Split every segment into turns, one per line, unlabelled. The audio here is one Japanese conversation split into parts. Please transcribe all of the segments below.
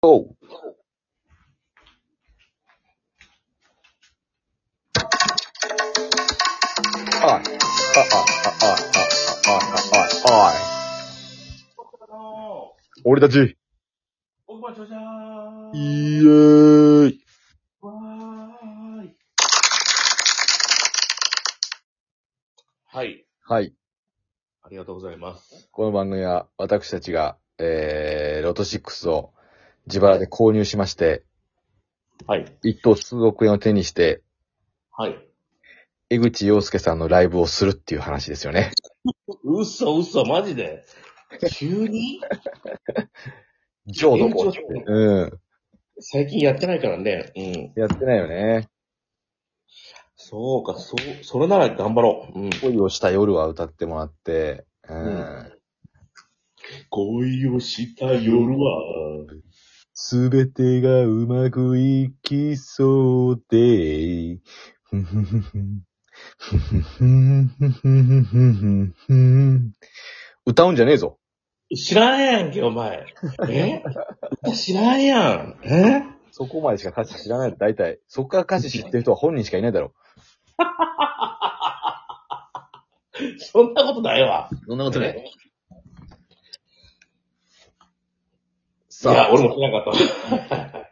Oh I I I I I I I I I
僕の、
俺たち、
僕はちょじゃー
イエ
ん。
ーイ
わーい。はい。
はい。
ありがとうございます。
この番組は私たちが、えー、ロト6を自腹で購入しまして、
はい。
一等数億円を手にして、
はい。
江口洋介さんのライブをするっていう話ですよね。
嘘嘘、マジで。急に
ジョーの方
延長戦
うん。
最近やってないからね。うん。
やってないよね。
そうか、そう、それなら頑張ろう。うん。
恋をした夜は歌ってもらって、うん。
恋をした夜は、
すべてがうまくいきそうで、 ふんふんふんふんふんふんふんふんふんふんふん歌うんじゃねえぞ。
知らんやんけ、お前。え知らんやん。え
そこまでしか歌詞知らない。大体。そこから歌詞知ってる人は本人しかいないだろ。
そんなことないわ。
そんなこ。
いや、
さあ、
俺も知らなかった。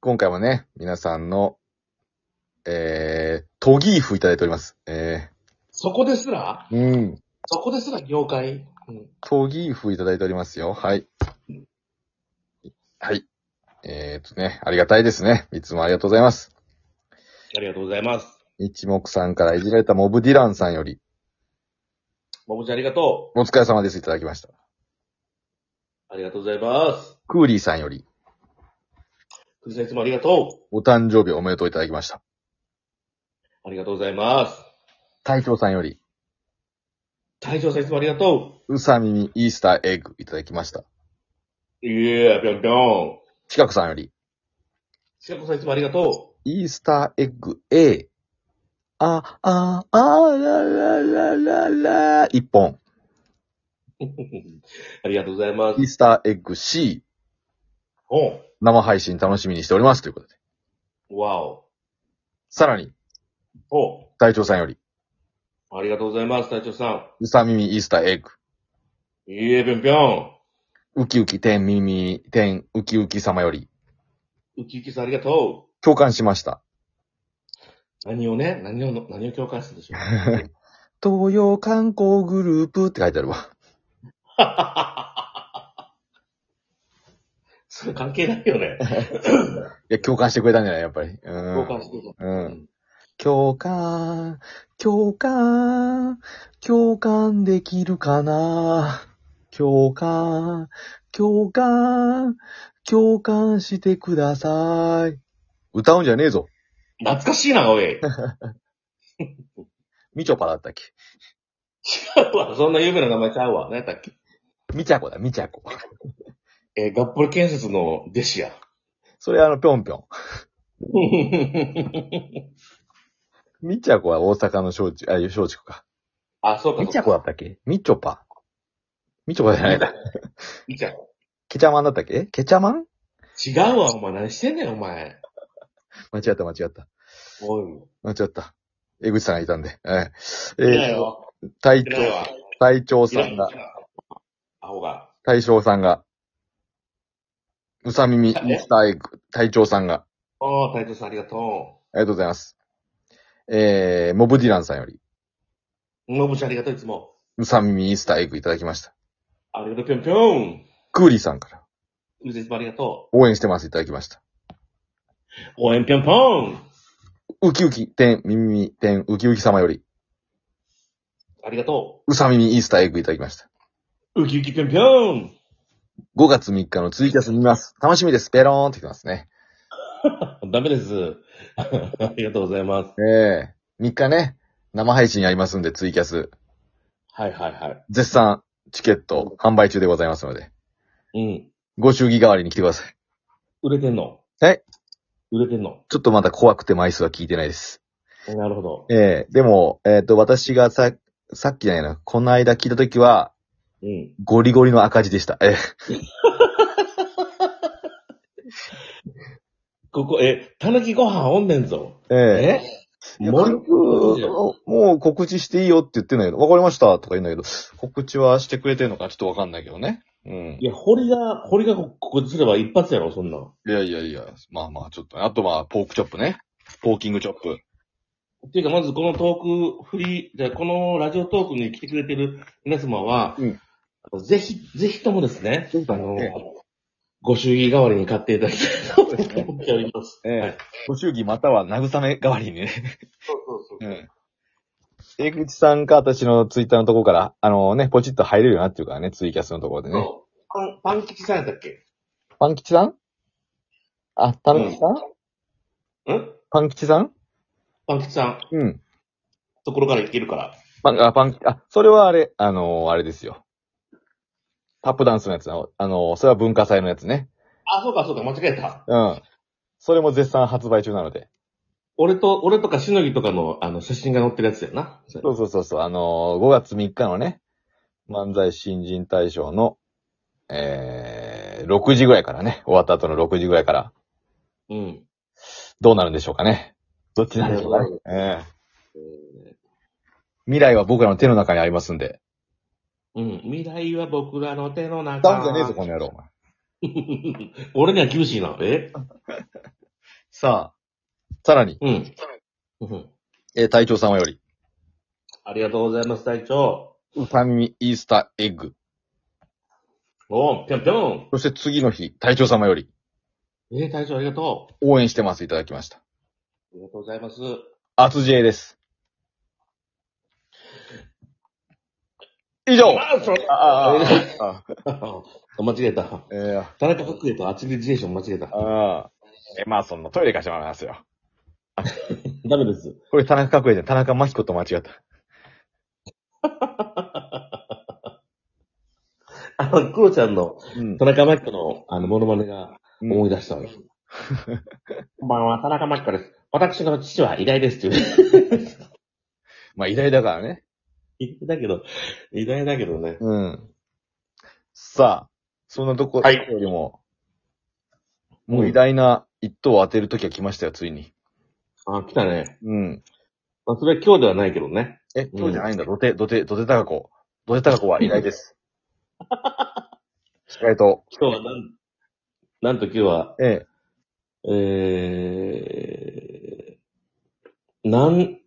今回もね、皆さんの、えー、トギーフいただいております。え
そこですら
ー、うん。
そこですら業界、うん、
トギーフいただいておりますよ。はい。はい。えー、とね、ありがたいですね。いつもありがとうございます。
ありがとうございます。
一目さんからいじられたモブディランさんより、
ももちゃんありがと
お疲れ様です。いただきました。
う。ありがとうございます。
クーリーさんより、
くずさんいつもありがと
お誕生日おめでとういただきました。
う。ありがとうございます。
隊長さんより、
大将さんいつもありがと
うさみみイースターエッグいただきました。
う。いえ、ぴょんぴょん。
ちかくさんより、
しかこさんいつもありがと
イースターエッグ A、あ、あ、あ、ららららら、一本。
う。ありがとうございます
イー。スターエッグ C、
おん。
生配信楽しみにしております。ということで。
わお。
さらに、
お
隊長さんより、
ありがとうございます、隊長さ
うさみみイースターエッグ、
ん。いえ、ぴょんぴょ
ウキウキ天耳、天ウキウキ様より、
ん。ウキウキさんありがと
共感しました。
う。何をね、何をの、何を共感するでしょう。
東洋観光グループって書いてあるわ。
それ関係ないよね。
いや、共感してくれたんじゃないやっぱり。うん。
共感してるぞ。
うん。共感、共感、共感できるかな共感、共感、共感してください。歌うんじゃねえぞ。
懐かしいな、おい。
みちょぱだったっけ
そんな有名な名前ちゃうわ。何やったっけ
みちゃこだ、みちゃこ。
えー、ガッポリ建設の弟 子や。
それあの、ぴょんぴょん。みちゃこは大阪の小中、あ、小中か。
あ、そうか。
みちゃこだったっけみちょぱ。みちょぱじゃないだ。
みちゃこ。
ケチャマンだったっけえケチャマン
違うわ、お前。何してんねん、お前。
間違った、間違った。
おい。
間違った。江口さんがいたんで。はい。え
いない
ー、
よ。
隊
いないわ
長、。隊長
い
さ
ない
んが、
アホが。
隊長さんが、うさみみ、イースターエッグ、隊長さんが、
おー、隊長さんありがと
ありがとうございます。えー、モブディランさんより、
う。のぶちゃんありがとう、いつも。
うさみみ、イースターエッグいただきました。
ありがとう、ぴょんぴょん。
クーリーさんから、
うずいつもありがと
応援してますいただきました。
う。応援ぴょんぴょん。
ウキウキ、てん、みみみ、てん、ウキウキ様より、
ありがと
うさみみ、イースターエッグいただきました。
う。ウキウキぴょんぴょん。
5月3日のツイキャス見ます。楽しみです。ペローンってきますね。
ダメです。 ありがとうございます。
ええ3日ね、生配信やりますんで、ツイキャス。
はいはいはい。
絶賛チケット販売中でございますので、
うん。
ご祝儀代わりに来てください。
売れてんの
え
売れてんの
ちょっとまだ怖くて枚数は聞いてないです。
なるほど。
ええでも、えっ、と、私がさ、さっきじゃないな、この間聞いた時は、
うん。
ゴリゴリの赤字でした。ええ
ここ、え、たぬきご飯おんねんぞ。
ええ。
え
いや
文句
もうもう告知していいよって言ってんだけど、わかりましたとか言うんだけど、告知はしてくれてるのかちょっとわかんないけどね。うん。
いや、堀が、堀がここすれば一発やろ、そんなん。
いやいやいや、まあまあ、ちょっと、あとまあ、ポークチョップね。ポーキングチョップ。
っていうか、まずこのトークフリー、じゃあこのラジオトークに来てくれてる皆様は、
うん
ぜひ、ぜひともですね、
ぜひと
あの
もええ、
ご祝儀代わりに買っていただきたいと思っております。
ええ
はい
ご祝儀または慰め代わりにね。
そうそうそう。
ん。江口さんか私のツイッターのところから、あのね、ポチッと入れるようになってるからね、ツイキャスのところでね。
そうパン、パン吉さんやったっけ
パン吉さんあ、たぬきさん、
ん
パン吉さん
パン吉さん、
うん。
ところからいけるから。
パン、あ、パン、あ、それはあれ、あのーあれですよ。タップダンスのやつなあのーそれは文化祭のやつね。
あ、そうかそうか、間違えた。
うん。それも絶賛発売中なので。
俺と、俺とかしのぎとかの、あの、写真が載ってるやつだよな。
そうそうそうそう、あのー5月3日のね、漫才新人大賞の、えー、6時ぐらいからね、終わった後の6時ぐらいから、
うん。
どうなるんでしょうかね。どっちなんでしょうかね。ええ
えー
未来は僕らの手の中にありますんで。
うん。未来は僕らの手の中。
ダウンじゃねえぞ、この野郎、お前。
俺には厳しいな。え
さあ、さらに、
うん。うん
えー、隊長様より、
ありがとうございます、隊長。
うさみイースターエッグ。
おう、ぴょんぴょん。
そして次の日、隊長様より、
えー、隊長ありがとう。
応援してます、いただきました。
ありがとうございます。
アツジェイです。以上
あ、それ。
ああ、ああ、
間違えた。
ええ
田中角栄とアチリジエーション間違えた。
ああ。エマーソンのトイレ貸してもらいますよ。
ダメです。
これ田中角栄じゃん。田中真彦と間違った。
あの、クロちゃんの、
うん
田。中真紀子の、あの、モノマネが思
い
い 出したわ。こんばんは、田中真紀子です。私の父は偉大ですっていう。
まあ、偉大だからね。
言ってたけど、偉大だけどね。
うん。さあ、そんなところ
はい
よりも、
うん
もう偉大な一等を当てる時は来ましたよ、ついに。
あ、来たね。
うん。
まあ、それは今日ではないけどね。
え、今日じゃないんだ。土手、土手、土手高子。土手高子は偉大 です。しっかりと。
今日はなん、なんと今日は、
ええ。
えー、なん、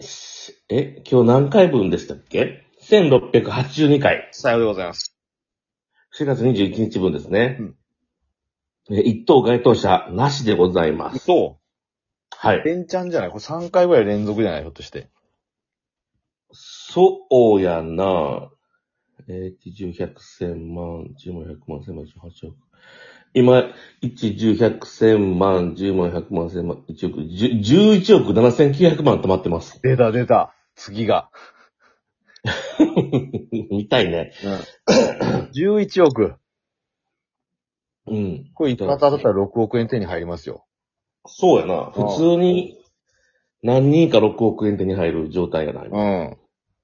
しえ、今日何回分でしたっけ ?1682 回。
さようでございます。
4月21日分ですね。
うん
え一等該当者なしでございます。
そ
は
う。
い。
連チャンじゃないこれ3回ぐらい連続じゃないひょっとして。
そうやなえー、1、10、100、1000万、10万、100万、1000万、18億。今、1、10、100、1000万、10万、100万、1000万、1億、10 11億7900万貯まってます。
出た出た。次が。
見たいね。
うん。11億。
うん。
これ一発当たったら6億円手に入りますよ。
そうやな。普通に、何人か6億円手に入る状態やな。今
ん。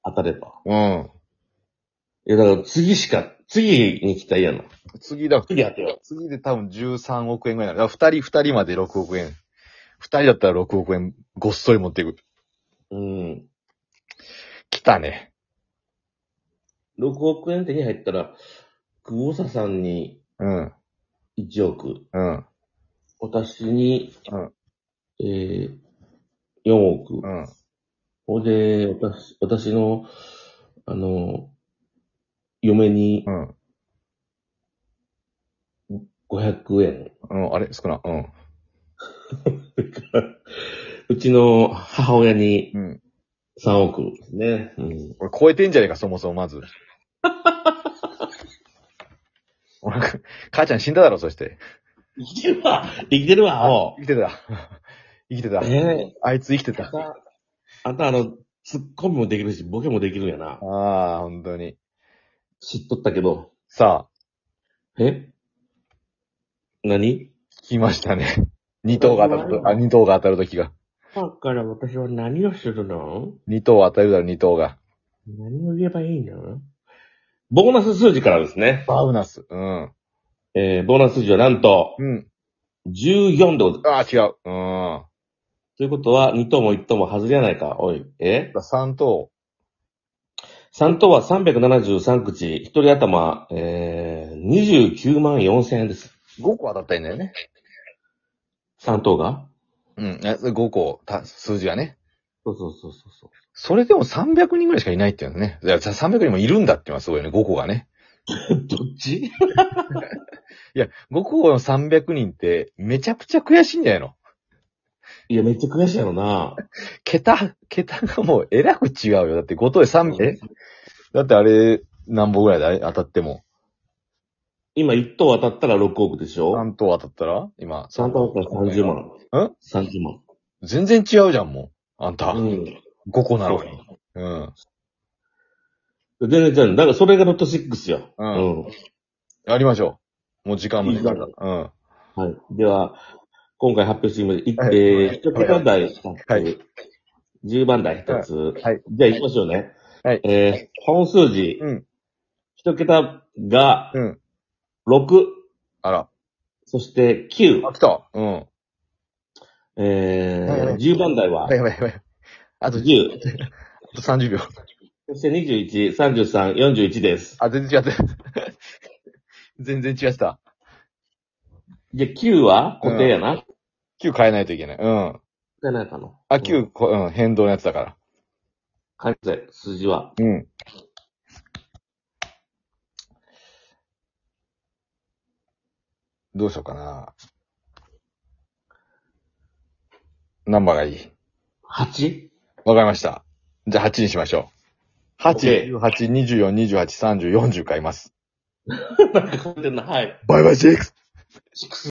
当たれば。
うん。
いや、だから次しか、次に来たら嫌な。
次だ。
次当てよ
次で多分13億円ぐらいになる。だから2人、2人まで6億円。2人だったら6億円、ごっそり持っていく。
う。うん。
来たね。
6億円手に入ったら、久保田さんに
うん。
1億、
うん。
私に、
うん
えー、4億
う。ん。
ほ、んで、私、私の、あの、嫁に
うん。
500円。
うん。あれ少な。うん。
うちの母親に
うん。
3億ですね。うん。
これ超えてんじゃねえか、そもそもま ず。お前母ちゃん死んだだろ、そして。
生きてるわ生きてるわ
生
おう
きてた。 生きてた。
え
あいつ生きてた。
ー、あんたあの、ツッコミもできるし、ボケもできるんやな。
ああ、本当に。
知っとったけど。
さあ、
え何
聞きましたね。 二等が当たると、あ、二等が当たるときが。
だから私は何をするの
二等当たるだろ、二等が。
何を言えばいいのボーナス数字からですね。
バウナス。うん。
えー、ボーナス数字はなんと、
うん。
14ってこと。
ああ、違う。うーん。
ということは、2等も1等も外れやないか。おい。え
3等。
?3 等は373口、1人頭、えー、29万4千円です。
5個当たったんだよね。
3等が
うん。え5個、た、数字がね。
そうそうそうそうそう。
それでも300人ぐらいしかいないっていうのね。いや、300人もいるんだっていうのはすごいよね。5個がね。
どっち
いや、5個の300人って、めちゃくちゃ悔しいんじゃないの
いや、めっちゃ悔しいやろな。
桁、桁がもうえらく違うよ。だって5等で3、えだってあれ、何本ぐらいであれ当たっても。
今、1等当たったら6億でしょ
3等当たったら今。
?3 等当たったら30万。
ん
?30 万。
全然違うじゃん、もう。あんた。
うん。
5個なのに。うん。
全然違う。だからそれがロット6よ。
う。
うんん。
やりましょう。もう時間も
い
ね。
いか
うん。
はい。では、今回発表してみます。い
はい
えー、一桁台2つ、
はい
10番台1つ。
はい
じゃあ行きましょうね。
はい
えー、本数字、
うん。
一桁が
うん。
6、
あら。
そして9
あ、、来た。うん。
え
はいは
ー、
い
10番台は
やばいやばい。あと、
10、
あと30秒。
そして21、33、41です。
あ、全然違った。 全然違った。
じゃあ9は固定やな。
9変えないといけない。うん。
じゃないかな。
あ、
うん。
9、こうん、変動のやつだから。
関西、数字は。
うん。どうしようかな。ナンバーがいい。
8?
わかりました。じゃあ8にしましょう。8、
OK
18、24、28、30、40買います。
なんか書いてんな。はい。
バイバイシェイク